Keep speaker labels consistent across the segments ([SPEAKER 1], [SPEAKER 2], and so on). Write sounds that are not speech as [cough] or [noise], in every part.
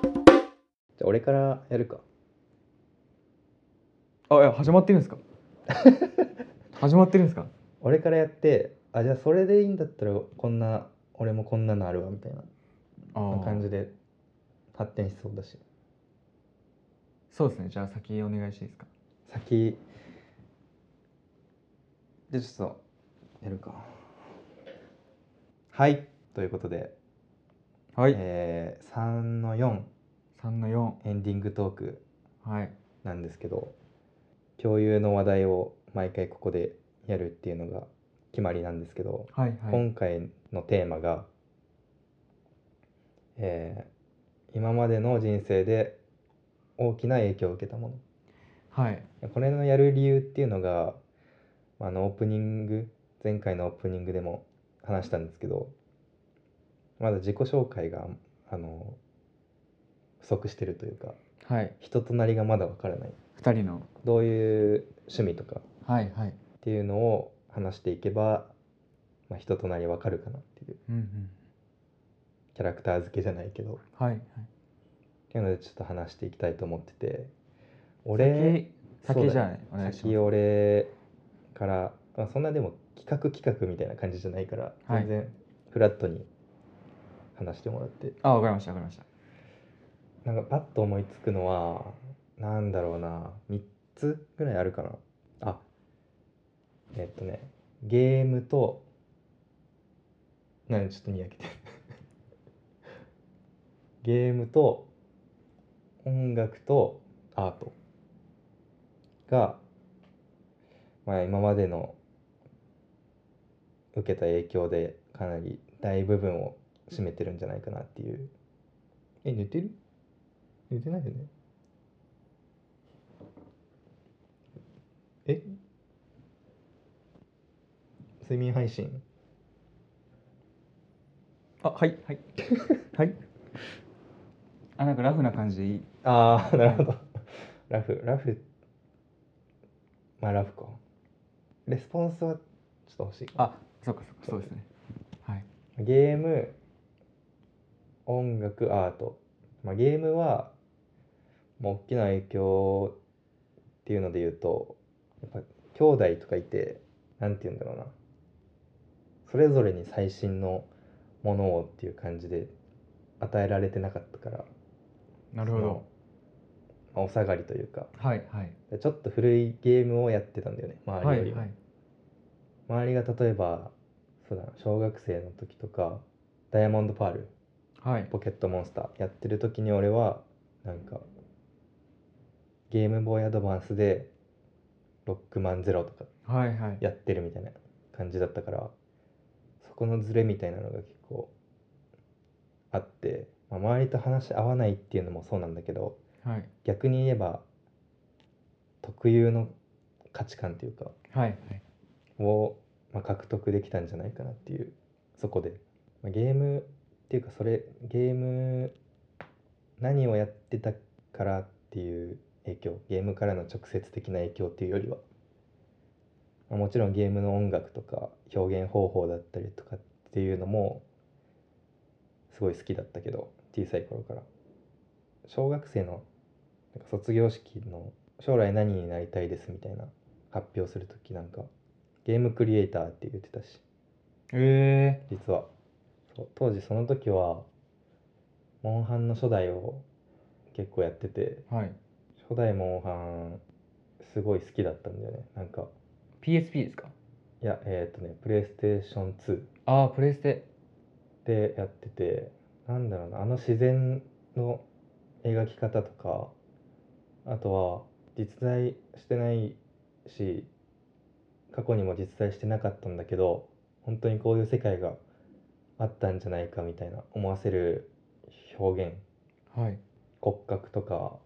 [SPEAKER 1] じゃあ俺からやるか
[SPEAKER 2] あいや始まってる [laughs] んですか始まってるんですか
[SPEAKER 1] 俺からやってあじゃあそれでいいんだったらこんな俺もこんなのあるわみたい
[SPEAKER 2] あ
[SPEAKER 1] な
[SPEAKER 2] ー
[SPEAKER 1] 感じで発展しそうだし
[SPEAKER 2] そうですねじゃあ先お願いしていいですか
[SPEAKER 1] 先じゃあちょっとやるかはいということで、
[SPEAKER 2] はい、
[SPEAKER 1] えー、3の4
[SPEAKER 2] 3の4
[SPEAKER 1] エンディングトーク
[SPEAKER 2] はい
[SPEAKER 1] なんですけど共有の話題を毎回ここでやるっていうのが決まりなんですけど、
[SPEAKER 2] はいはい
[SPEAKER 1] 今回のテーマが、えー今までの人生で大きな影響を受けたも
[SPEAKER 2] はい
[SPEAKER 1] のこれのやる理由っていうのがまああのオープニング前回のオープニングでも話したんですけどまだ自己紹介があの不足してるというか
[SPEAKER 2] はい
[SPEAKER 1] 人となりがまだわからない
[SPEAKER 2] 2人の
[SPEAKER 1] どういう趣味とか
[SPEAKER 2] はいはい
[SPEAKER 1] っていうのを話していけば、まあ、人となりわかるかなっていう
[SPEAKER 2] うんうん
[SPEAKER 1] キャラクター付けじゃないけど
[SPEAKER 2] はいはい
[SPEAKER 1] っていうのでちょっと話していきたいと思ってて俺
[SPEAKER 2] 先
[SPEAKER 1] そうだね
[SPEAKER 2] 先じゃないお願いし
[SPEAKER 1] 先
[SPEAKER 2] ま
[SPEAKER 1] 俺から、まあ、そんなでも企画企画みたいな感じじゃないから
[SPEAKER 2] はい
[SPEAKER 1] 全然フラットに話してもらって、
[SPEAKER 2] すあわかりましたわかりました
[SPEAKER 1] なんかパッと思いつくのはなんだろうな3つぐらいあるかなあえっとねゲームとなんちょっとにやけて [laughs] るゲームと音楽とアートが、まあ、今までの受けた影響でかなり大部分を占めてるんじゃないかなっていうえ寝てる寝てないよねえ睡眠配信
[SPEAKER 2] あはい [laughs] はいはいあなんかラフな感じでいい
[SPEAKER 1] あ [laughs] あなるほどラフラフまあラフかレスポンスはちょっと欲しいか
[SPEAKER 2] あそうかそうかそうですねはい
[SPEAKER 1] ゲーム音楽アート、まあ、ゲームはもう大きな影響っていうので言うとやっぱ兄弟とかいてなんて言うんだろうなそれぞれに最新のものをっていう感じで与えられてなかったから
[SPEAKER 2] な
[SPEAKER 1] その、まあお下がりというか
[SPEAKER 2] はいはい
[SPEAKER 1] ちょっと古いゲームをやってたんだよね周りよ
[SPEAKER 2] は
[SPEAKER 1] りも。
[SPEAKER 2] いはい
[SPEAKER 1] 周りが例えばそうだな小学生の時とかダイヤモンドパール
[SPEAKER 2] はい
[SPEAKER 1] ポケットモンスターやってる時に俺はなんかゲームボーイアドバンスでロックマンゼロとか
[SPEAKER 2] はいはい
[SPEAKER 1] やってるみたいな感じだったからそこのズレみたいなのが結構あって、まあ、周りと話し合わないっていうのもそうなんだけど
[SPEAKER 2] はい
[SPEAKER 1] 逆に言えば特有の価値観というか
[SPEAKER 2] はい
[SPEAKER 1] を、まあ、獲得できたんじゃないかなっていうそこで、まあ、ゲームっていうかそれゲーム何をやってたからっていう影響ゲームからの直接的な影響っていうよりは、まあ、もちろんゲームの音楽とか表現方法だったりとかっていうのもすごい好きだったけど小さい頃から小学生のなんか卒業式の将来何になりたいですみたいな発表する時なんかゲームクリエイターって言ってたし
[SPEAKER 2] え
[SPEAKER 1] 実はそう当時その時はモンハンの初代を結構やってて
[SPEAKER 2] ー、はい
[SPEAKER 1] 初代モンハンすごい好きだったんだよねなんか
[SPEAKER 2] PSP ですか
[SPEAKER 1] いやえっ、とねプレイステーション2
[SPEAKER 2] ああプレステ
[SPEAKER 1] でやっててなんだろうなあの自然の描き方とかあとは実在してないし過去にも実在してなかったんだけど本当にこういう世界があったんじゃないかみたいな思わせる表現
[SPEAKER 2] はい
[SPEAKER 1] 骨格とか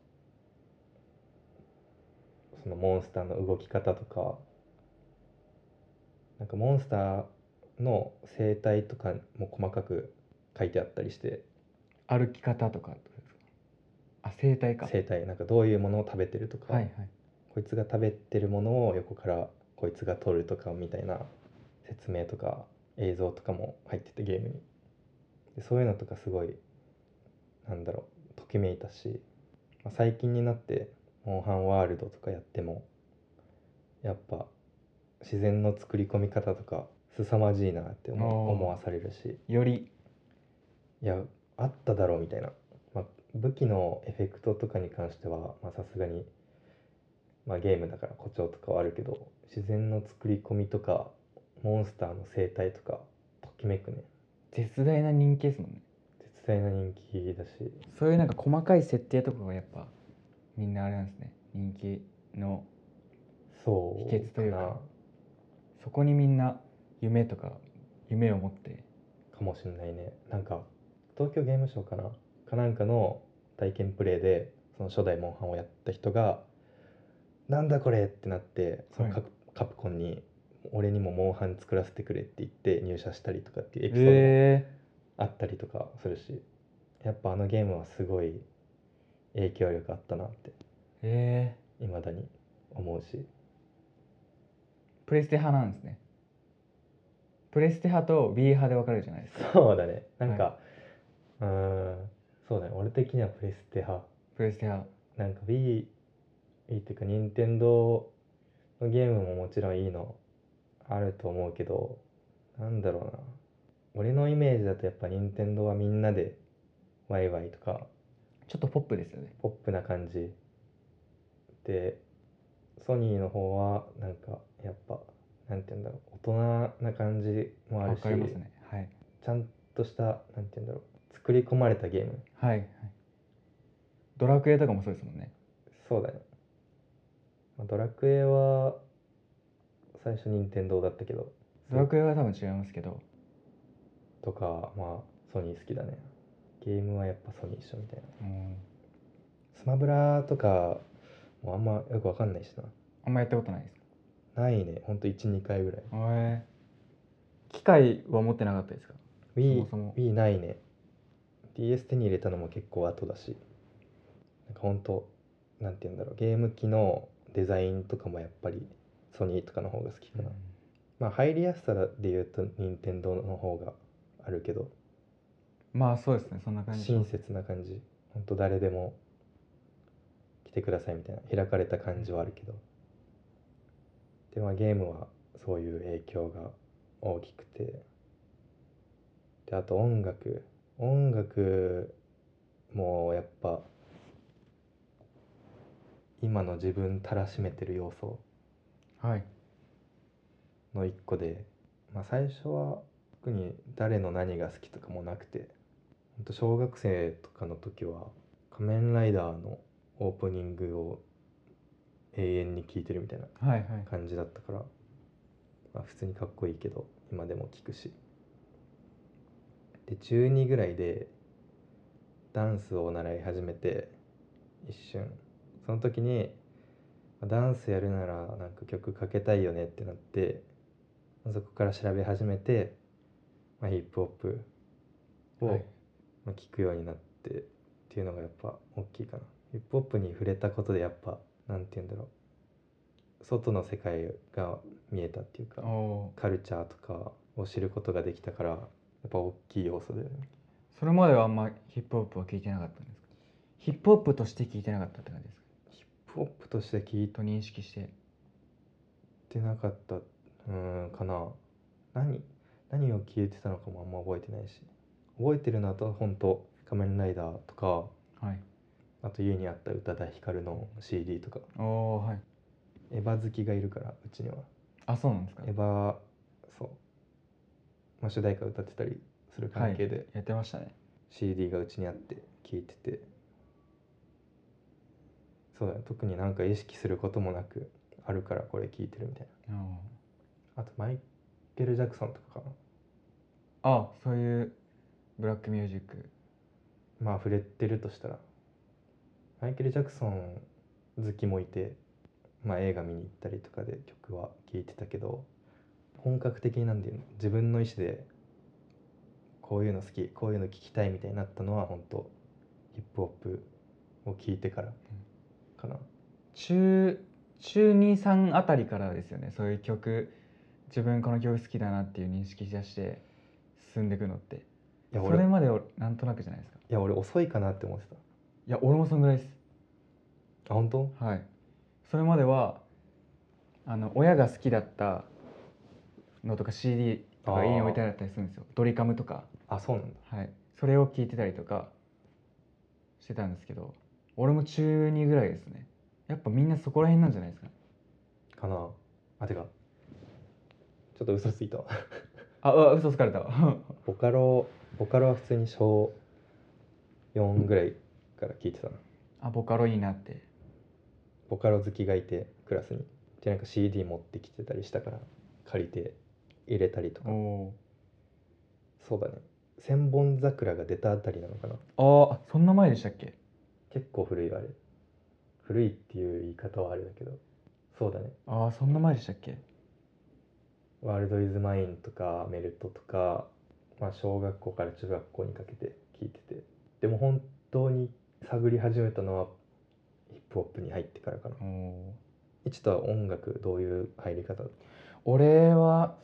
[SPEAKER 1] そのモンスターの動き方とかなんかモンスターの生態とかも細かく書いてあったりして
[SPEAKER 2] 歩き方とかってことですかあ生態か
[SPEAKER 1] 生態なんかどういうものを食べてるとか、
[SPEAKER 2] はいはい
[SPEAKER 1] こいつが食べてるものを横からこいつが取るとかみたいな説明とか映像とかも入っててゲームにでそういうのとかすごいなんだろうときめいたしまあ、最近になってモンハンワールドとかやってもやっぱ自然の作り込み方とか凄まじいなって思
[SPEAKER 2] あー
[SPEAKER 1] 思わされるし
[SPEAKER 2] より
[SPEAKER 1] いやあっただろうみたいな、まあ、武器のエフェクトとかに関してはまあさすがに、まあ、ゲームだから誇張とかはあるけど自然の作り込みとかモンスターの生態とかときめくね
[SPEAKER 2] 絶大な人気ですもんね
[SPEAKER 1] 絶大な人気だし
[SPEAKER 2] そういうなんか細かい設定とかがやっぱみんなあれなんですね人気の
[SPEAKER 1] そう
[SPEAKER 2] 秘訣というか
[SPEAKER 1] な
[SPEAKER 2] そこにみんな夢とか夢を持って
[SPEAKER 1] かもしんないねなんか東京ゲームショウかなかなんかの体験プレイでその初代モンハンをやった人が「なんだこれ!」ってなってそのカプ,、カプコンに「俺にもモンハン作らせてくれ」って言って入社したりとかっていうエピソードも
[SPEAKER 2] え
[SPEAKER 1] あったりとかするし、やっぱあのゲームはすごい影響力あったなって
[SPEAKER 2] ー、え
[SPEAKER 1] 未だに思うし
[SPEAKER 2] ー、プレステ派なんですねプレステ派と B 派で分かれるじゃないですか
[SPEAKER 1] そうだねなんか、うーんそうだね俺的にはプレステ派
[SPEAKER 2] プレステ派
[SPEAKER 1] なんか Wii Wii っていうか任天堂のゲームももちろんいいのあると思うけどなんだろうな俺のイメージだとやっぱ任天堂はみんなでワイワイとか
[SPEAKER 2] ちょっとポップですよね
[SPEAKER 1] ポップな感じでソニーの方はなんかやっぱなんて言うんだろう大人な感じもあ
[SPEAKER 2] わ
[SPEAKER 1] るし
[SPEAKER 2] かりますねはい
[SPEAKER 1] ちゃんとしたなんて言うんだろう作り込まれたゲーム
[SPEAKER 2] はいはいドラクエとかもそうですもんね
[SPEAKER 1] そうだね、まあ、ドラクエは最初任天堂だったけど
[SPEAKER 2] ドラクエは多分違いますけど
[SPEAKER 1] とかまあソニー好きだねゲームはやっぱソニー一緒みたいな
[SPEAKER 2] うん
[SPEAKER 1] スマブラとかもあんまよくわかんないし
[SPEAKER 2] あんまやったことないです
[SPEAKER 1] なないねほんと12回ぐらい
[SPEAKER 2] へえ機械は持ってなかったですか
[SPEAKER 1] Wii
[SPEAKER 2] そもそも
[SPEAKER 1] Wii ないね DS 手に入れたのも結構後だしなんかほんとなんて言うんだろうゲーム機のデザインとかもやっぱりソニーとかの方が好きかな、まあ入りやすさで言うと任天堂の方があるけど
[SPEAKER 2] まあそうですねそんな感じ
[SPEAKER 1] 親切な感じほんと誰でも来てくださいみたいな開かれた感じはあるけどでまあゲームはそういう影響が大きくてであと音楽音楽もやっぱ今の自分たらしめてる要素
[SPEAKER 2] はい
[SPEAKER 1] の一個で、まあ、最初は特に誰の何が好きとかもなくてほんと小学生とかの時は「仮面ライダー」のオープニングを永遠に聴いてるみたいな
[SPEAKER 2] はいはい
[SPEAKER 1] 感じだったから、まあ、普通にかっこいいけど今でも聴くしで中2ぐらいでダンスを習い始めて一瞬その時にまあダンスやるならなんか曲かけたいよねってなってまあそこから調べ始めて、まあ、ヒップホップを、
[SPEAKER 2] はい
[SPEAKER 1] まあ、聞くようになってっていうのがやっぱ大きいかなヒップホップに触れたことでやっぱなんて言うんだろう外の世界が見えたっていうか
[SPEAKER 2] おおー
[SPEAKER 1] カルチャーとかを知ることができたからやっぱ大きい要素だよね
[SPEAKER 2] それまではあんまヒップホップは聞いてなかったんですかヒップホップとして聞いてなかったって感じですか
[SPEAKER 1] ヒップホップとして聞い
[SPEAKER 2] と認識して
[SPEAKER 1] てなかったうーんかな何何を聞いてたのかもあんま覚えてないし覚えてるのはと本当仮面ライダー」とか
[SPEAKER 2] はい
[SPEAKER 1] あと家にあった宇多田ヒカルの CD とか
[SPEAKER 2] おおはい
[SPEAKER 1] エヴァ好きがいるからうちには
[SPEAKER 2] あそうなんですか
[SPEAKER 1] エヴァそう、まあ、主題歌歌ってたりする関係で、
[SPEAKER 2] やってましたね
[SPEAKER 1] CD がうちにあって聴いててそうだね特になんか意識することもなくあるからこれ聴いてるみたい
[SPEAKER 2] おー
[SPEAKER 1] なあとマイケル・ジャクソンとかかな
[SPEAKER 2] あそういうブラックミュージック
[SPEAKER 1] まあ触れてるとしたらマイケル・ジャクソン好きもいて、まあ、映画見に行ったりとかで曲は聴いてたけど本格的になんていうの自分の意思でこういうの好きこういうの聴きたいみたいになったのは本当ヒップホップを聴いてからかな。
[SPEAKER 2] 中中23あたりからですよねそういう曲自分この曲好きだなっていう認識しだして進んでいくのって
[SPEAKER 1] いや
[SPEAKER 2] そ
[SPEAKER 1] 俺
[SPEAKER 2] れ
[SPEAKER 1] い
[SPEAKER 2] まではなんとなくじゃないですか
[SPEAKER 1] や俺遅いかなって思ってた
[SPEAKER 2] いや俺もそんぐらいです
[SPEAKER 1] あ本当
[SPEAKER 2] はい、それまではあの親が好きだったのとか CD と
[SPEAKER 1] あ
[SPEAKER 2] か
[SPEAKER 1] ー
[SPEAKER 2] 家に置いてあったりするんですよドリカムとか、
[SPEAKER 1] あそうなんだ
[SPEAKER 2] はい、それを聞いてたりとかしてたんですけど俺も中2ぐらいですねやっぱみんなそこら辺なんじゃないですか
[SPEAKER 1] かなあてかちょっと嘘ついたわ
[SPEAKER 2] あうわ嘘つかれたは
[SPEAKER 1] ボカロボカロは普通に小4ぐらいから聞いてたな
[SPEAKER 2] あボカロいいなって
[SPEAKER 1] ボカロ好きがいてクラスにでなんか CD 持ってきてたりしたから借りて入れたりとか
[SPEAKER 2] お
[SPEAKER 1] そうだね千本桜が出たあたりなのかな
[SPEAKER 2] ーああそんな前でしたっけ
[SPEAKER 1] 結構古いよあれ古いっていう言い方はあれだけどそうだね
[SPEAKER 2] ああそんな前でしたっけ
[SPEAKER 1] 「ワールド・イズ・マイン」とか「メルト」とか、まあ、小学校から中学校にかけて聞いててでも本当に探り始めたのはヒップホップに入ってからかな
[SPEAKER 2] おー
[SPEAKER 1] 一とは音楽どういう入り方
[SPEAKER 2] 俺は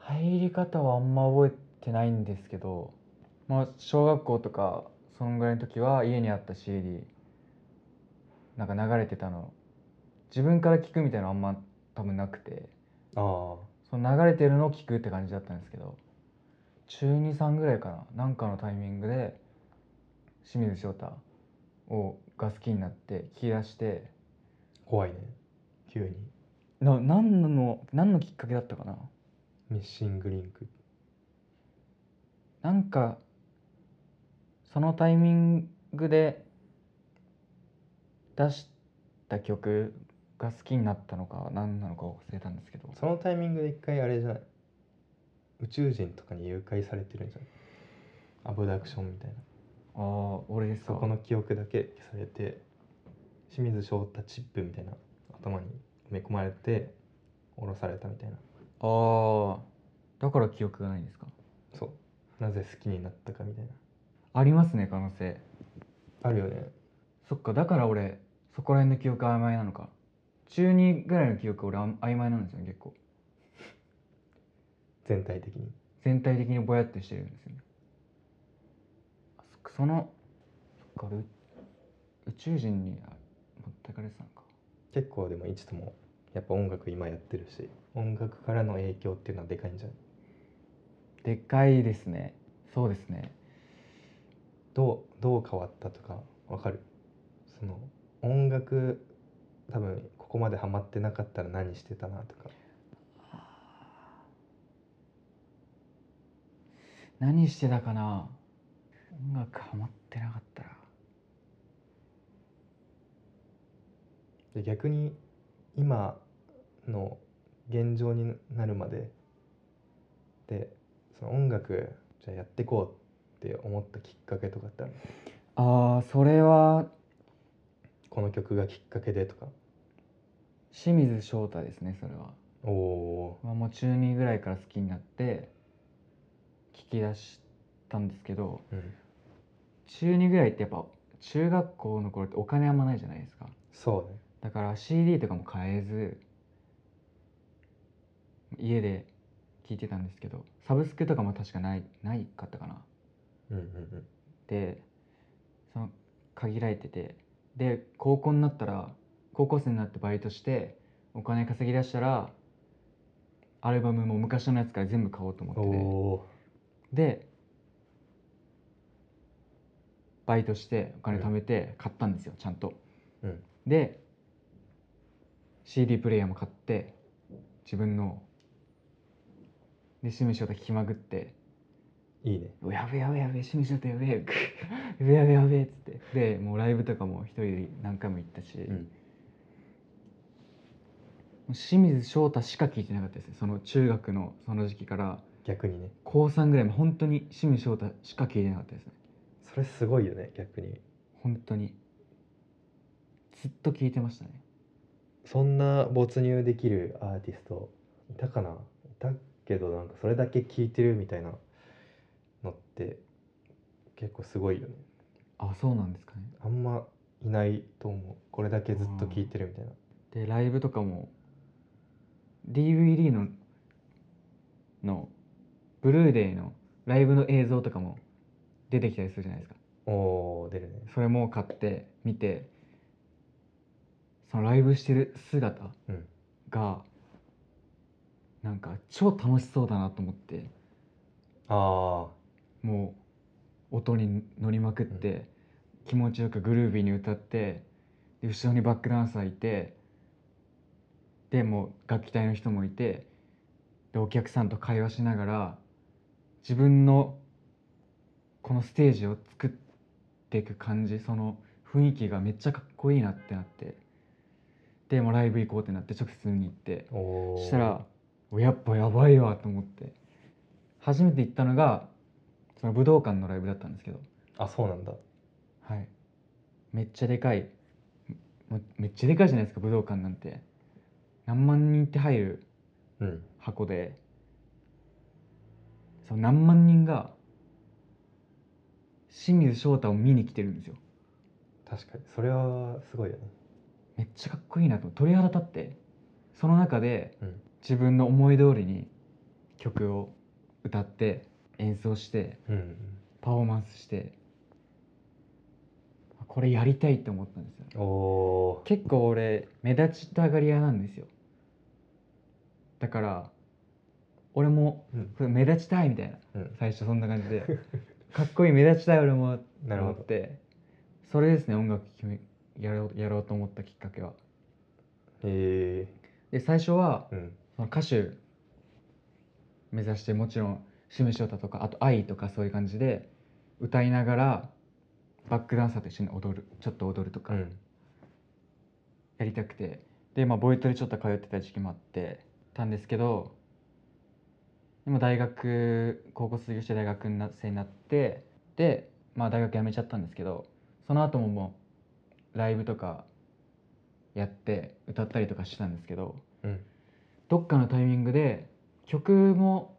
[SPEAKER 2] 入り方はあんま覚えてないんですけど、まあ、小学校とかそのぐらいの時は家にあった CD なんか流れてたの自分から聞くみたいなのあんま多分なくて
[SPEAKER 1] あ
[SPEAKER 2] その流れてるのを聞くって感じだったんですけど中23ぐらいかななんかのタイミングで清水翔太をが好きになって聞き出して
[SPEAKER 1] 怖いね急に
[SPEAKER 2] な何の何のきっかけだったかな
[SPEAKER 1] ミッシングリンク
[SPEAKER 2] なんかそのタイミングで出した曲が好きになったのか何なのか忘れたんですけど
[SPEAKER 1] そのタイミングで一回あれじゃない宇宙人とかに誘拐されてるんじゃないアブダクションみたいな
[SPEAKER 2] ああ俺ですか
[SPEAKER 1] そこの記憶だけ消されて清水翔太チップみたいな頭に埋め込まれて降ろされたみたいな
[SPEAKER 2] ああだから記憶がないんですか
[SPEAKER 1] そうなぜ好きになったかみたいな
[SPEAKER 2] ありますね可能性
[SPEAKER 1] あるよね
[SPEAKER 2] そっかだから俺そこら辺の記憶曖昧なのか中2ぐらいの記憶俺あん曖昧なんですよね結構
[SPEAKER 1] 全体的に
[SPEAKER 2] 全体的にぼやっとしてるんですよねあそっかそのそっか俺宇宇宙人にあ持ってかれてたのか
[SPEAKER 1] 結構でも一ともやっぱ音楽今やってるし音楽からの影響っていうのはでかいんじゃない
[SPEAKER 2] でっかいですねそうですね
[SPEAKER 1] どうどう変わったとかわかるその音楽多分ここまでハマってなかったら何してたなとか
[SPEAKER 2] 何してたかな音楽ハマってなかったら
[SPEAKER 1] で逆に今の現状になるまででその音楽じゃあやってこうって思ったきっかけとかってある
[SPEAKER 2] ああそれは
[SPEAKER 1] この曲がきっかけでとか
[SPEAKER 2] 清水翔太ですねそれは
[SPEAKER 1] おお
[SPEAKER 2] まあもう中2ぐらいから好きになって聞き出したんですけど
[SPEAKER 1] ー、うん、
[SPEAKER 2] 中2ぐらいってやっぱ中学校の頃ってお金あんまないじゃないですか
[SPEAKER 1] そうね
[SPEAKER 2] だから CD とかも買えず家で聞いてたんですけどサブスクとかも確かないないかったかな
[SPEAKER 1] うんうんうん
[SPEAKER 2] でその限られててで高校になったら高校生になってバイトしてお金稼ぎ出したらアルバムも昔のやつから全部買おうと思
[SPEAKER 1] お
[SPEAKER 2] って
[SPEAKER 1] お
[SPEAKER 2] てでバイトしてお金貯めて買ったんですよちゃんと、
[SPEAKER 1] うん
[SPEAKER 2] で CD プレイヤーも買って自分ので趣味しようと聞きまくって
[SPEAKER 1] ーいいね
[SPEAKER 2] 「やべやべやべ清水翔太やべえやべやべやべ」っつってでもうライブとかも一人で何回も行ったし、
[SPEAKER 1] うん
[SPEAKER 2] もう清水翔太しか聞いてなかったですねその中学のその時期から
[SPEAKER 1] 逆にね
[SPEAKER 2] 高3ぐらいも本当に清水翔太しか聞いてなかったですね
[SPEAKER 1] それすごいよね逆に
[SPEAKER 2] 本当にずっと聞いてましたね
[SPEAKER 1] そんな没入できるアーティストいたかないたけどなんかそれだけ聴いてるみたいなのって結構すごいよね
[SPEAKER 2] あそうなんですかね
[SPEAKER 1] あんまいないと思うこれだけずっと聴いてるみたいな
[SPEAKER 2] でライブとかも DVD ののブルーレイのライブの映像とかも出てきたりするじゃないですか
[SPEAKER 1] おお出るね
[SPEAKER 2] それも買って見てそのライブしてる姿
[SPEAKER 1] うん
[SPEAKER 2] がなんか超楽しそうだなと思って
[SPEAKER 1] あ
[SPEAKER 2] もう音に乗りまくって気持ちよくグルービーに歌ってで後ろにバックダンサーいてでもう楽器隊の人もいてでお客さんと会話しながら自分のこのステージを作っていく感じその雰囲気がめっちゃかっこいいなってなってでもうライブ行こうってなって直接見に行って
[SPEAKER 1] あおお
[SPEAKER 2] したらおやっぱやばいわと思って初めて行ったのがその武道館のライブだったんですけど、
[SPEAKER 1] あそうなんだ
[SPEAKER 2] はい、めっちゃでかいもめっちゃでかいじゃないですか武道館なんて何万人って入る
[SPEAKER 1] うん
[SPEAKER 2] 箱でその何万人が清水翔太を見に来てるんですよ
[SPEAKER 1] 確かにそれはすごいよね
[SPEAKER 2] めっちゃかっこいいなと思って鳥肌立ってその中で
[SPEAKER 1] うん
[SPEAKER 2] 自分の思い通りに曲を歌って演奏して
[SPEAKER 1] うん
[SPEAKER 2] パフォーマンスしてこれやりたいって思ったんですよ
[SPEAKER 1] おお
[SPEAKER 2] 結構俺目立ちたがり屋なんですよだから俺も
[SPEAKER 1] ーうん
[SPEAKER 2] これ目立ちたいみたいな
[SPEAKER 1] うん
[SPEAKER 2] 最初そんな感じで
[SPEAKER 1] [laughs]
[SPEAKER 2] かっこいい目立ちたい俺も
[SPEAKER 1] なるほ
[SPEAKER 2] 思っ
[SPEAKER 1] ど
[SPEAKER 2] てそれですね音楽決めやろうやろうと思ったきっかけは
[SPEAKER 1] え
[SPEAKER 2] で最初は
[SPEAKER 1] ー、うん
[SPEAKER 2] その歌手目指してもちろん清水翔太とかあと愛とかそういう感じで歌いながらバックダンサーと一緒に踊るちょっと踊るとか
[SPEAKER 1] う
[SPEAKER 2] や
[SPEAKER 1] ん
[SPEAKER 2] りたくて、でまあボイトレちょっと通ってた時期もあってたんですけど今大学高校卒業して大学な生になってでまあ大学辞めちゃったんですけどその後ももうライブとかやって歌ったりとかしてたんですけど
[SPEAKER 1] うん
[SPEAKER 2] どっかのタイミングで曲も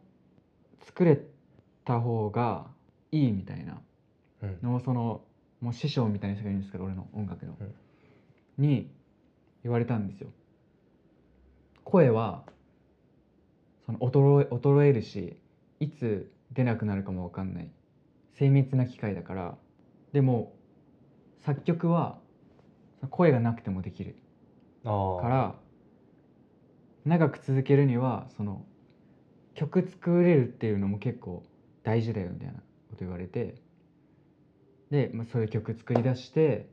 [SPEAKER 2] 作れた方がいいみたいな
[SPEAKER 1] うん
[SPEAKER 2] のをそのもう師匠みたいな人がいるんですけど俺の音楽の、
[SPEAKER 1] うん
[SPEAKER 2] に言われたんですよ声はその衰え衰えるしいつ出なくなるかもわかんない精密な機械だからでも作曲はその声がなくてもできる
[SPEAKER 1] あー
[SPEAKER 2] から長く続けるにはその曲作れるっていうのも結構大事だよみたいなこと言われてで、まあ、そういう曲作り出して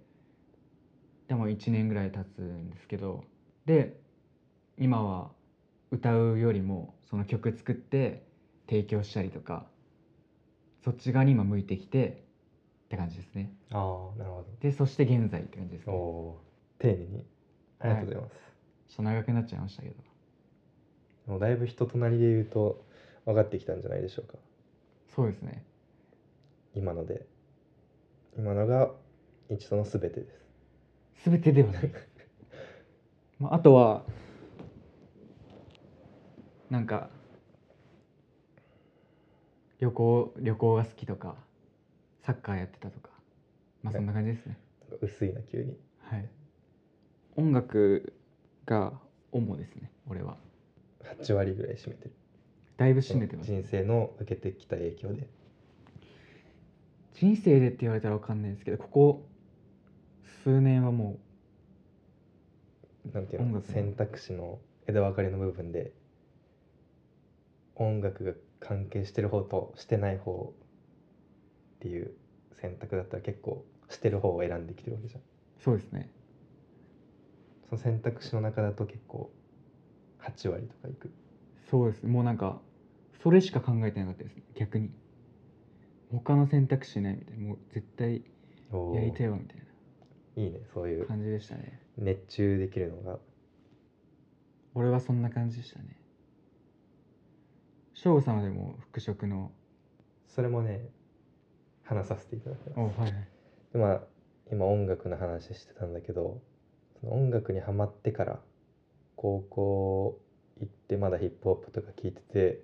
[SPEAKER 2] でも1年ぐらい経つんですけどで今は歌うよりもその曲作って提供したりとかそっち側に今向いてきてって感じですね
[SPEAKER 1] あーなるほ
[SPEAKER 2] でそして現在って感じです
[SPEAKER 1] どお
[SPEAKER 2] ねちょ
[SPEAKER 1] おー丁寧にありがとうございます、
[SPEAKER 2] っと長くなっちゃいましたけど
[SPEAKER 1] もうだいぶ人となりで言うと分かってきたんじゃないでしょうか
[SPEAKER 2] そうですね
[SPEAKER 1] 今ので今のが一度の全てです
[SPEAKER 2] 全てではない、まあ、あとはなんか旅行旅行が好きとかサッカーやってたとかまあそんな感じですね、
[SPEAKER 1] なんか薄いな急に
[SPEAKER 2] はい、音楽が主ですね俺は
[SPEAKER 1] 8割ぐらい占めてる
[SPEAKER 2] だいぶ占めてます
[SPEAKER 1] 人生の受けてきた影響で
[SPEAKER 2] 人生でって言われたらわかんないですけどここ数年はも
[SPEAKER 1] なんていうの
[SPEAKER 2] 音楽の
[SPEAKER 1] 選択肢の枝分かれの部分で音楽が関係してる方としてない方っていう選択だったら結構してる方を選んできてるわけじゃん
[SPEAKER 2] うそうですね
[SPEAKER 1] その選択肢の中だと結構8割とかいく
[SPEAKER 2] そうですもうなんかそれしか考えてなかったですね逆に他の選択肢ないみたいなもう絶対
[SPEAKER 1] おー
[SPEAKER 2] やりたいわみたい
[SPEAKER 1] いいねそうい
[SPEAKER 2] な
[SPEAKER 1] う
[SPEAKER 2] 感じでしたね
[SPEAKER 1] 熱中できるのが
[SPEAKER 2] 俺はそんな感じでしたね翔吾さんはでも服飾の
[SPEAKER 1] それもね話させていただきます
[SPEAKER 2] おはいはい
[SPEAKER 1] でまあ今音楽の話してたんだけどその音楽にハマってから高校行ってまだヒップホップとか聞いてて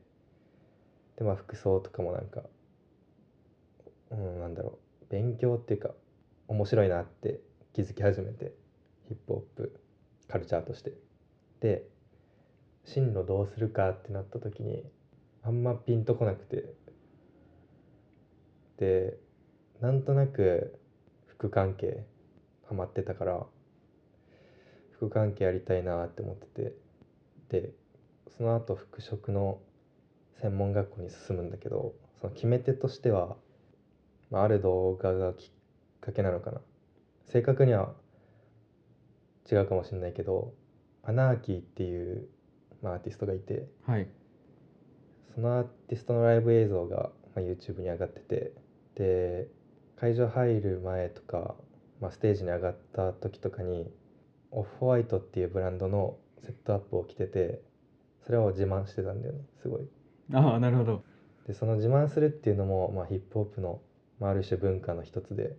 [SPEAKER 1] でまあ服装とかもなんかうんなんだろう勉強っていうか面白いなって気づき始めてヒップホップカルチャーとしてで進路どうするかってなった時にあんまピンとこなくてでなんとなく服関係ハマってたから服関係やりたいなって思っててでその後服飾の専門学校に進むんだけどその決め手としては、まあ、ある動画がきっかけなのかな正確には違うかもしれないけどアナーキーっていう、まあ、アーティストがいて
[SPEAKER 2] はい
[SPEAKER 1] そのアーティストのライブ映像が、まあ、YouTube に上がっててで会場入る前とか、まあ、ステージに上がった時とかにオフホワイトっていうブランドのセットアップを着ててそれを自慢してたんだよねすごい。
[SPEAKER 2] ああなるほど
[SPEAKER 1] でその自慢するっていうのも、まあ、ヒップホップの、まあ、ある種文化の一つで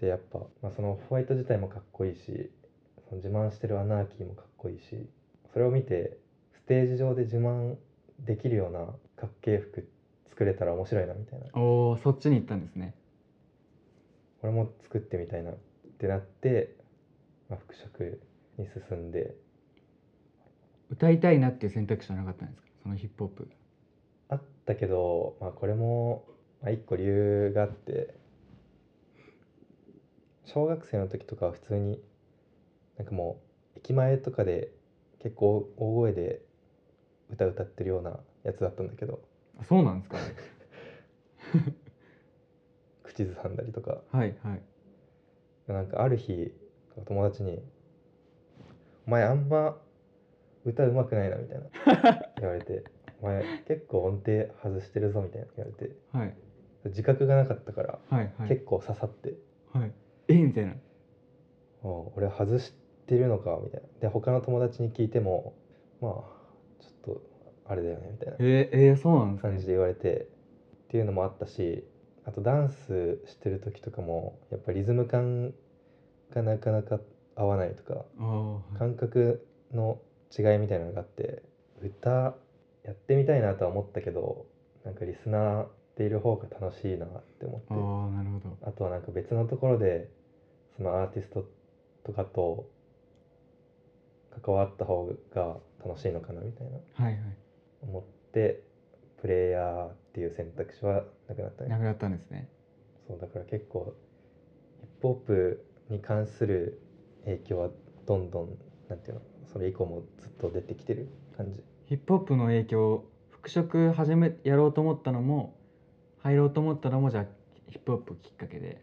[SPEAKER 1] でやっぱ、まあ、そのホワイト自体もかっこいいしその自慢してるアナーキーもかっこいいしそれを見てステージ上で自慢できるようなかっけえ服作れたら面白いなみたいな
[SPEAKER 2] おおそっちに行ったんですね
[SPEAKER 1] 俺も作ってみたいなってなって、まあ、服飾に進んで
[SPEAKER 2] 歌いたいなっていう選択肢はなかったんですかそのヒップホップ
[SPEAKER 1] あったけど、まあ、これも、まあ、一個理由があって小学生の時とかは普通になんかもう駅前とかで結構大声で歌歌ってるようなやつだったんだけど
[SPEAKER 2] あそうなんですか
[SPEAKER 1] 口ずさんだりとか
[SPEAKER 2] はいはい
[SPEAKER 1] なんかある日友達に「お前あんま歌うまくないな」み
[SPEAKER 2] [laughs]
[SPEAKER 1] たいな言われて「お前結構音程外してるぞ」みたいな言われて
[SPEAKER 2] はい
[SPEAKER 1] 自覚がなかったから
[SPEAKER 2] はいはい
[SPEAKER 1] 結構刺さって。
[SPEAKER 2] はいえみたいな
[SPEAKER 1] うん俺外してるのかみたいなで他の友達に聞いてもまあちょっとあれだよねみたいな
[SPEAKER 2] えー、えー、そうなんですか、
[SPEAKER 1] 感じで言われてっていうのもあったしあとダンスしてる時とかもやっぱリズム感がなかなか合わないとか
[SPEAKER 2] あーはい
[SPEAKER 1] 感覚の違いみたいなのがあって歌やってみたいなとは思ったけどなんかリスナーでいる方が楽しいなって思って
[SPEAKER 2] あーなるほど
[SPEAKER 1] あとはなんか別のところでそのアーティストとかと関わった方が楽しいのかなみたいな
[SPEAKER 2] はいはい
[SPEAKER 1] 思ってプレイヤーっていう選択肢はなくなった
[SPEAKER 2] な
[SPEAKER 1] ね
[SPEAKER 2] くなったんですね
[SPEAKER 1] そうだから結構ヒップホップに関する影響はどんどんなんていうのそれ以降もずっと出てきてる感じ
[SPEAKER 2] ヒップホップの影響服飾始めやろうと思ったのも入ろうと思ったのもじゃあヒップホップきっかけで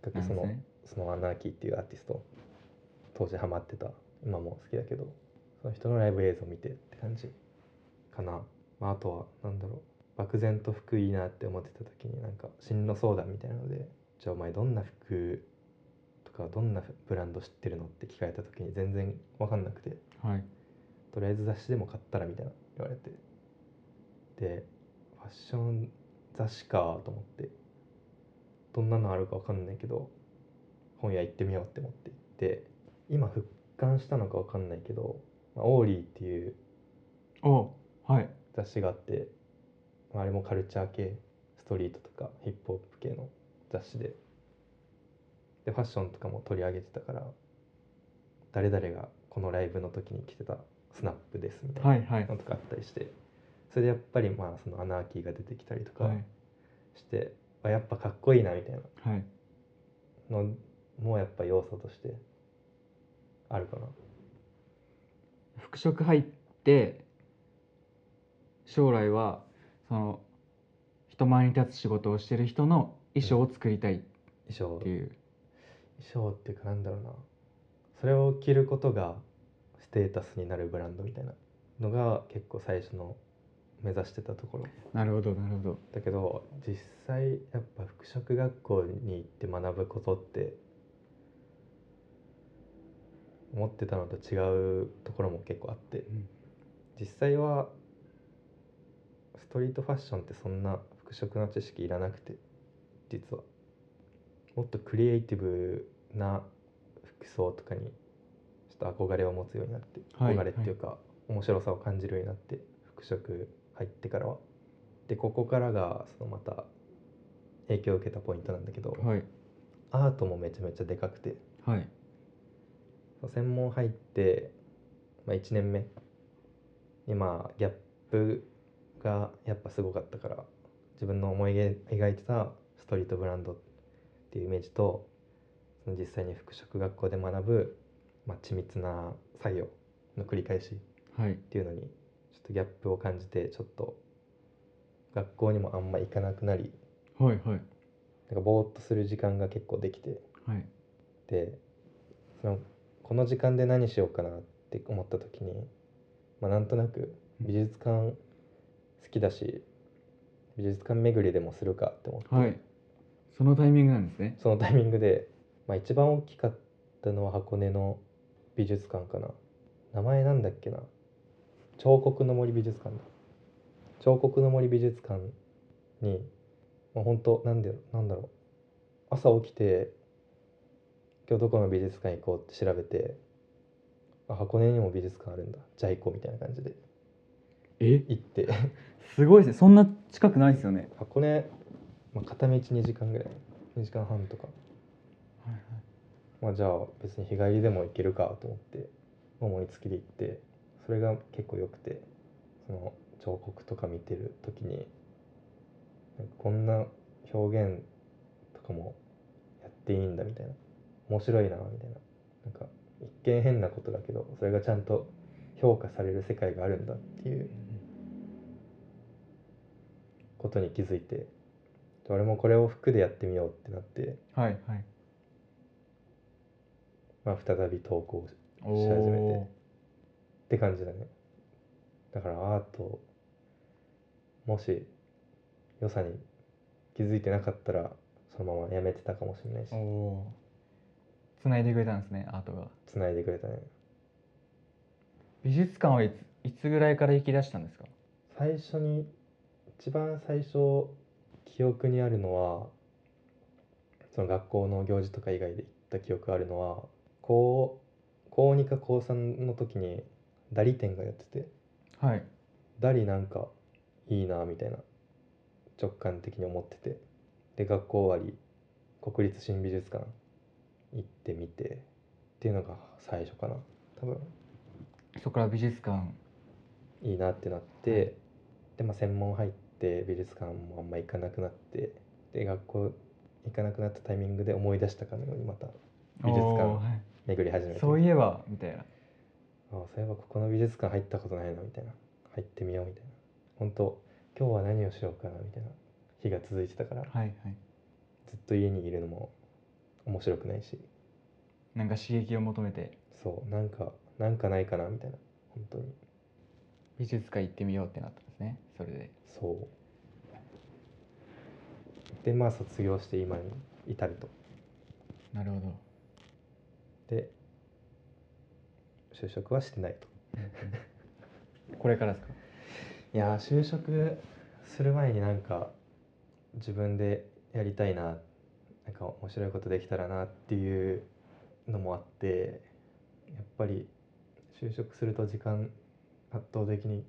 [SPEAKER 1] だから
[SPEAKER 2] なん
[SPEAKER 1] そ
[SPEAKER 2] です
[SPEAKER 1] の
[SPEAKER 2] ね
[SPEAKER 1] そのアナーキーっていうアーティスト当時ハマってた今も好きだけどその人のライブ映像見てって感じかな、まあ、あとは何だろう漠然と服いいなって思ってた時になんか進路相談みたいなので「じゃあお前どんな服とかどんなブランド知ってるの?」って聞かれた時に全然分かんなくて
[SPEAKER 2] はい
[SPEAKER 1] とりあえず雑誌でも買ったらみたいな言われてでファッション雑誌かと思ってどんなのあるかわかんないけど本屋行ってみようって思って行って今復刊したのかわかんないけど、まあ、オーリーっていう
[SPEAKER 2] おはい
[SPEAKER 1] 雑誌があって、まあ、あれもカルチャー系ストリートとかヒップホップ系の雑誌ででファッションとかも取り上げてたから誰々がこのライブの時に着てたスナップですみたいな
[SPEAKER 2] はいはい
[SPEAKER 1] のとかあったりしてそれでやっぱりまあそのアナーキーが出てきたりとか
[SPEAKER 2] はい
[SPEAKER 1] して、あやっぱかっこいいなみたい
[SPEAKER 2] はい
[SPEAKER 1] なのもやっぱ要素としてあるかな
[SPEAKER 2] 服飾入って将来はその人前に立つ仕事をしてる人の衣装を作りたいっ
[SPEAKER 1] 衣装
[SPEAKER 2] て
[SPEAKER 1] 衣
[SPEAKER 2] いう、
[SPEAKER 1] 装っていうかなんだろうなそれを着ることがステータスになるブランドみたいなのが結構最初の目指してたところ
[SPEAKER 2] なるほどなるほど
[SPEAKER 1] だけど実際やっぱ服飾学校に行って学ぶことって思ってたのと違うところも結構あって、
[SPEAKER 2] ん
[SPEAKER 1] 実際はストリートファッションってそんな服飾の知識いらなくて実はもっとクリエイティブな服装とかにちょっと憧れを持つようになって、
[SPEAKER 2] はい
[SPEAKER 1] 憧れっていうか、面白さを感じるようになって服飾入ってからは。でここからがそのまた影響を受けたポイントなんだけど、
[SPEAKER 2] はい
[SPEAKER 1] アートもめちゃめちゃでかくて
[SPEAKER 2] はい
[SPEAKER 1] 専門入って、まあ、1年目今ギャップがやっぱすごかったから自分の思い描いてたストリートブランドっていうイメージとその実際に服飾学校で学ぶ、まあ、緻密な作業の繰り返し
[SPEAKER 2] はい
[SPEAKER 1] っていうのにちょっとギャップを感じてちょっと学校にもあんま行かなくなり
[SPEAKER 2] はいはい
[SPEAKER 1] なんかぼーっとする時間が結構できて
[SPEAKER 2] はい
[SPEAKER 1] でそのこの時間で何しようかなって思った時に、まあ、なんとなく美術館好きだし美術館巡りでもするかって思って、
[SPEAKER 2] はいそのタイミングなんですね
[SPEAKER 1] そのタイミングで、まあ、一番大きかったのは箱根の美術館かな名前なんだっけな彫刻の森美術館だ彫刻の森美術館に、まあ、本当なんでなんだろう朝起きて今日どこの美術館行こうって調べてあ箱根にも美術館あるんだじゃあ行こうみたいな感じで
[SPEAKER 2] え
[SPEAKER 1] 行って
[SPEAKER 2] すごいですねそんな近くないですよね
[SPEAKER 1] 箱根、まあ、片道2時間ぐらい2時間半とか
[SPEAKER 2] はいはい
[SPEAKER 1] まあ、じゃあ別に日帰りでも行けるかと思って思いつきで行ってそれが結構良くてその彫刻とか見てる時になんかこんな表現とかもやっていいんだみたいな面白いなみたいななんか一見変なことだけどそれがちゃんと評価される世界があるんだっていうことに気づいて俺もこれを服でやってみようってなって、
[SPEAKER 2] はいはい
[SPEAKER 1] まあ、再び投稿
[SPEAKER 2] お
[SPEAKER 1] し始めて
[SPEAKER 2] お
[SPEAKER 1] って感じだねだからアートもし良さに気づいてなかったらそのままやめてたかもしれないし
[SPEAKER 2] ーおつないでくれたんですねアートが
[SPEAKER 1] 繋いでくれたね
[SPEAKER 2] 美術館はいついつぐらいから行き出したんですか
[SPEAKER 1] 最初に一番最初記憶にあるのはその学校の行事とか以外で行った記憶があるのは高高2か高3の時にダリ展がやってて
[SPEAKER 2] はい
[SPEAKER 1] ダリなんかいいなみたいな直感的に思っててで学校終わり国立新美術館行ってみてっていうのが最初かな多分
[SPEAKER 2] そこから美術館
[SPEAKER 1] いいなってなってで、まあ、専門入って美術館もあんま行かなくなってで学校行かなくなったタイミングで思い出したかのようにまた美術館
[SPEAKER 2] おーはい
[SPEAKER 1] 巡り始めて
[SPEAKER 2] そういえばみたいな
[SPEAKER 1] ああそういえばここの美術館入ったことないなみたいな入ってみようみたいな本当今日は何をしようかなみたいな日が続いてたから
[SPEAKER 2] はいはい
[SPEAKER 1] ずっと家にいるのも面白くないし
[SPEAKER 2] なんか刺激を求めて
[SPEAKER 1] そうなんかなんかないかなみたいな本当に
[SPEAKER 2] 美術館行ってみようってなったんですねそれで
[SPEAKER 1] そうでまあ卒業して今に至ると
[SPEAKER 2] なるほど
[SPEAKER 1] で就職はしてないと
[SPEAKER 2] これからですか
[SPEAKER 1] いやー就職する前になんか自分でやりたいななんか面白いことできたらなっていうのもあってやっぱり就職すると時間圧倒的に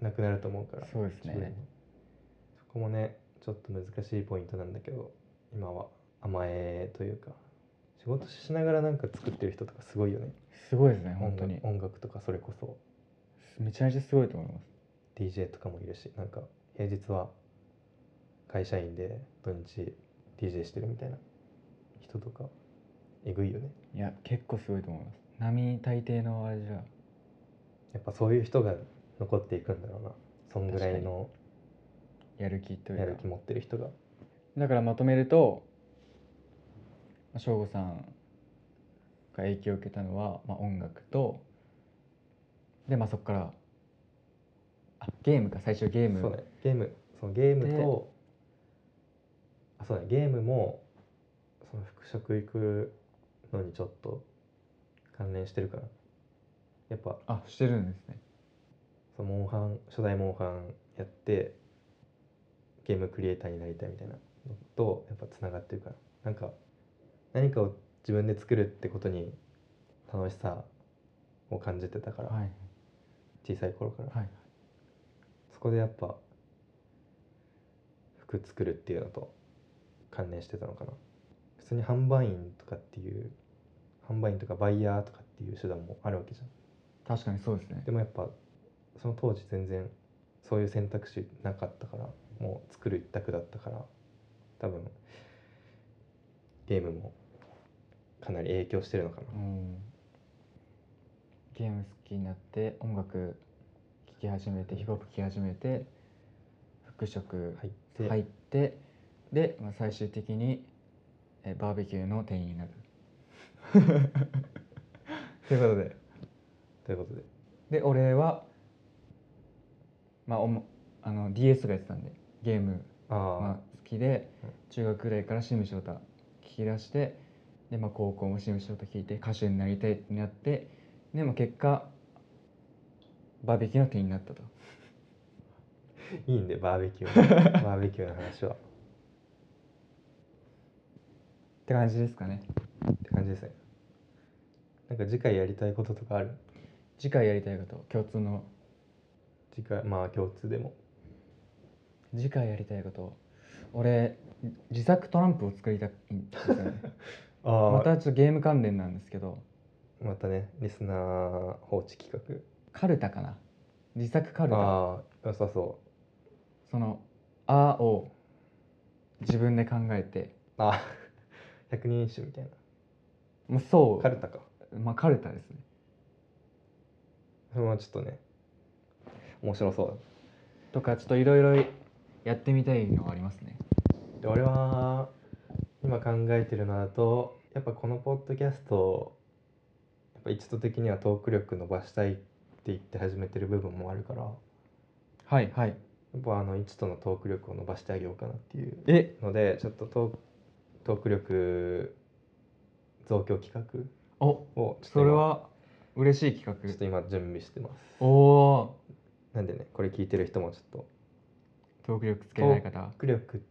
[SPEAKER 1] なくなると思うから
[SPEAKER 2] そうですね
[SPEAKER 1] 自分にそこもねちょっと難しいポイントなんだけど今は甘えというか仕事しながらなんか作ってる人とかすごいよね
[SPEAKER 2] すごいですね本当に
[SPEAKER 1] 音楽音楽とかそれこそ
[SPEAKER 2] めちゃめちゃすごいと思います
[SPEAKER 1] DJ とかもいるしなんか平日は会社員で土日 DJ してるみたいな人とかえぐいよね
[SPEAKER 2] いや結構すごいと思います並大抵のあれじゃ
[SPEAKER 1] やっぱそういう人が残っていくんだろうなそんぐらいの
[SPEAKER 2] やる気とい
[SPEAKER 1] や
[SPEAKER 2] う
[SPEAKER 1] る
[SPEAKER 2] か
[SPEAKER 1] 気持ってる人が
[SPEAKER 2] だからまとめるとまあ省吾さんが影響を受けたのは、まあ、音楽とでまあそこからあゲームか最初ゲーム
[SPEAKER 1] そうねゲームそのゲーム
[SPEAKER 2] で
[SPEAKER 1] とあそうねゲームもその服飾行くのにちょっと関連してるからやっぱ
[SPEAKER 2] あしてるんですね
[SPEAKER 1] そのモンハン初代モンハンやってゲームクリエイターになりたいみたいなのとやっぱつながってるからなんか何かを自分で作るってことに楽しさを感じてたから、
[SPEAKER 2] はい
[SPEAKER 1] 小さい頃から、
[SPEAKER 2] はい
[SPEAKER 1] そこでやっぱ服作るっていうのと関連してたのかな普通に販売員とかっていう販売員とかバイヤーとかっていう手段もあるわけじゃん
[SPEAKER 2] 確かにそうですね
[SPEAKER 1] でもやっぱその当時全然そういう選択肢なかったからもう作る一択だったから多分ゲームもかなり影響してるのかな
[SPEAKER 2] うんゲーム好きになって音楽聴き始めてヒップホップ聴き始めて服飾
[SPEAKER 1] 入って、
[SPEAKER 2] 入って、で、まあ、最終的にえバーベキューの店員になる [laughs] ということで
[SPEAKER 1] ということで
[SPEAKER 2] で俺はまあおもあの DS がやってたんでゲーム
[SPEAKER 1] ああ、
[SPEAKER 2] まあ、好きで
[SPEAKER 1] うん
[SPEAKER 2] 中学ぐらいからシムショータ聞き出してで、まあ、高校もシムショータ聞いて歌手になりたいってなってで、まあ、結果バーベキューの手になったと
[SPEAKER 1] いいんでバーベキュー [laughs] はバーベキューの話はっ
[SPEAKER 2] って感じですかね
[SPEAKER 1] て感じですねなんか次回やりたいこととかある
[SPEAKER 2] 次回やりたいこと共通の
[SPEAKER 1] 次回まあ共通でも
[SPEAKER 2] 次回やりたいこと俺自作トランプを作りたいんですよね
[SPEAKER 1] [laughs] ああ
[SPEAKER 2] ま
[SPEAKER 1] また
[SPEAKER 2] たちょっとゲーム関連なんですけど
[SPEAKER 1] またねリスナー放置企画
[SPEAKER 2] カルタかな自作カルタ
[SPEAKER 1] ああ良さそう
[SPEAKER 2] その「あ」を自分で考えて
[SPEAKER 1] あ [laughs] あ百人一首みたいな
[SPEAKER 2] もうそう
[SPEAKER 1] カルタか
[SPEAKER 2] まあ、カルタですね
[SPEAKER 1] それはちょっとね面白そうだ
[SPEAKER 2] とかちょっといろいろやってみたいのがありますね
[SPEAKER 1] で俺は今考えてるのだとやっぱこのポッドキャストをやっぱ一度的にはトーク力伸ばしたいって言って始めてる部分もあるからや
[SPEAKER 2] はいはい
[SPEAKER 1] っぱあの一とのトーク力を伸ばしてあげようかなっていう
[SPEAKER 2] え
[SPEAKER 1] のでちょっとトークトーク力増強企画
[SPEAKER 2] お
[SPEAKER 1] をちょっと今
[SPEAKER 2] それは嬉しい企
[SPEAKER 1] ちょっと今準備してます
[SPEAKER 2] 画おお
[SPEAKER 1] なんでねこれ聞いてる人もちょっと
[SPEAKER 2] トーク力つけない方
[SPEAKER 1] トーク力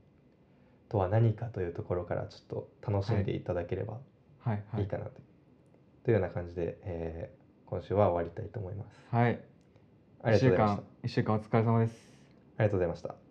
[SPEAKER 1] とは何かというところからちょっと楽しんでいただければ
[SPEAKER 2] はいはいい
[SPEAKER 1] いかなと,、というような感じで、えー今週は終わりたいと思います。
[SPEAKER 2] はい
[SPEAKER 1] ありが
[SPEAKER 2] 一
[SPEAKER 1] とう
[SPEAKER 2] 週
[SPEAKER 1] ございました。
[SPEAKER 2] 間一週間お疲れ様です
[SPEAKER 1] ありがとうございました。